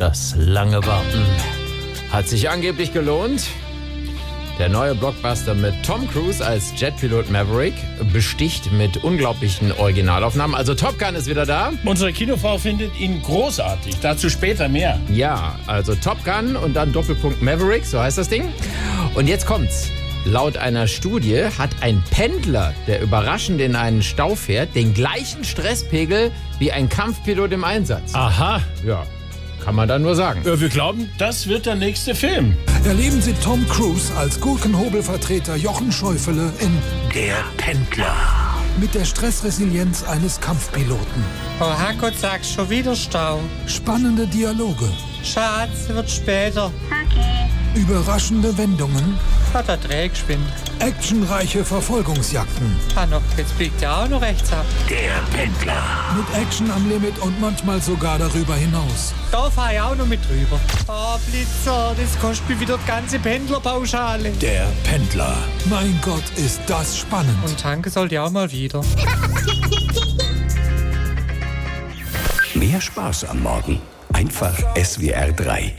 Das lange Warten hat sich angeblich gelohnt. Der neue Blockbuster mit Tom Cruise als Jetpilot Maverick besticht mit unglaublichen Originalaufnahmen. Also Top Gun ist wieder da. Unsere Kinofrau findet ihn großartig. Dazu später mehr. Ja, also Top Gun und dann Doppelpunkt Maverick, so heißt das Ding. Und jetzt kommt's. Laut einer Studie hat ein Pendler, der überraschend in einen Stau fährt, den gleichen Stresspegel wie ein Kampfpilot im Einsatz. Aha. Ja, kann man da nur sagen. Ja, wir glauben, das wird der nächste Film. Erleben Sie Tom Cruise als Gurkenhobelvertreter Jochen Schäufele in Der Pendler. mit der Stressresilienz eines Kampfpiloten. Oh, Hakot sagt schon wieder Stau. Spannende Dialoge, Schatz, wird später. überraschende Wendungen, Hat er Drehgeschwind. actionreiche Verfolgungsjagden. Ah, noch, jetzt biegt er auch noch rechts ab. Der Pendler. Mit Action am Limit und manchmal sogar darüber hinaus. Da fahr ich auch noch mit drüber. Oh, Blitzer, das kostet mir wieder die ganze Pendlerpauschale. Der Pendler. Mein Gott, ist das spannend. Und tanken sollte ich auch mal wieder. Mehr Spaß am Morgen. Einfach SWR 3.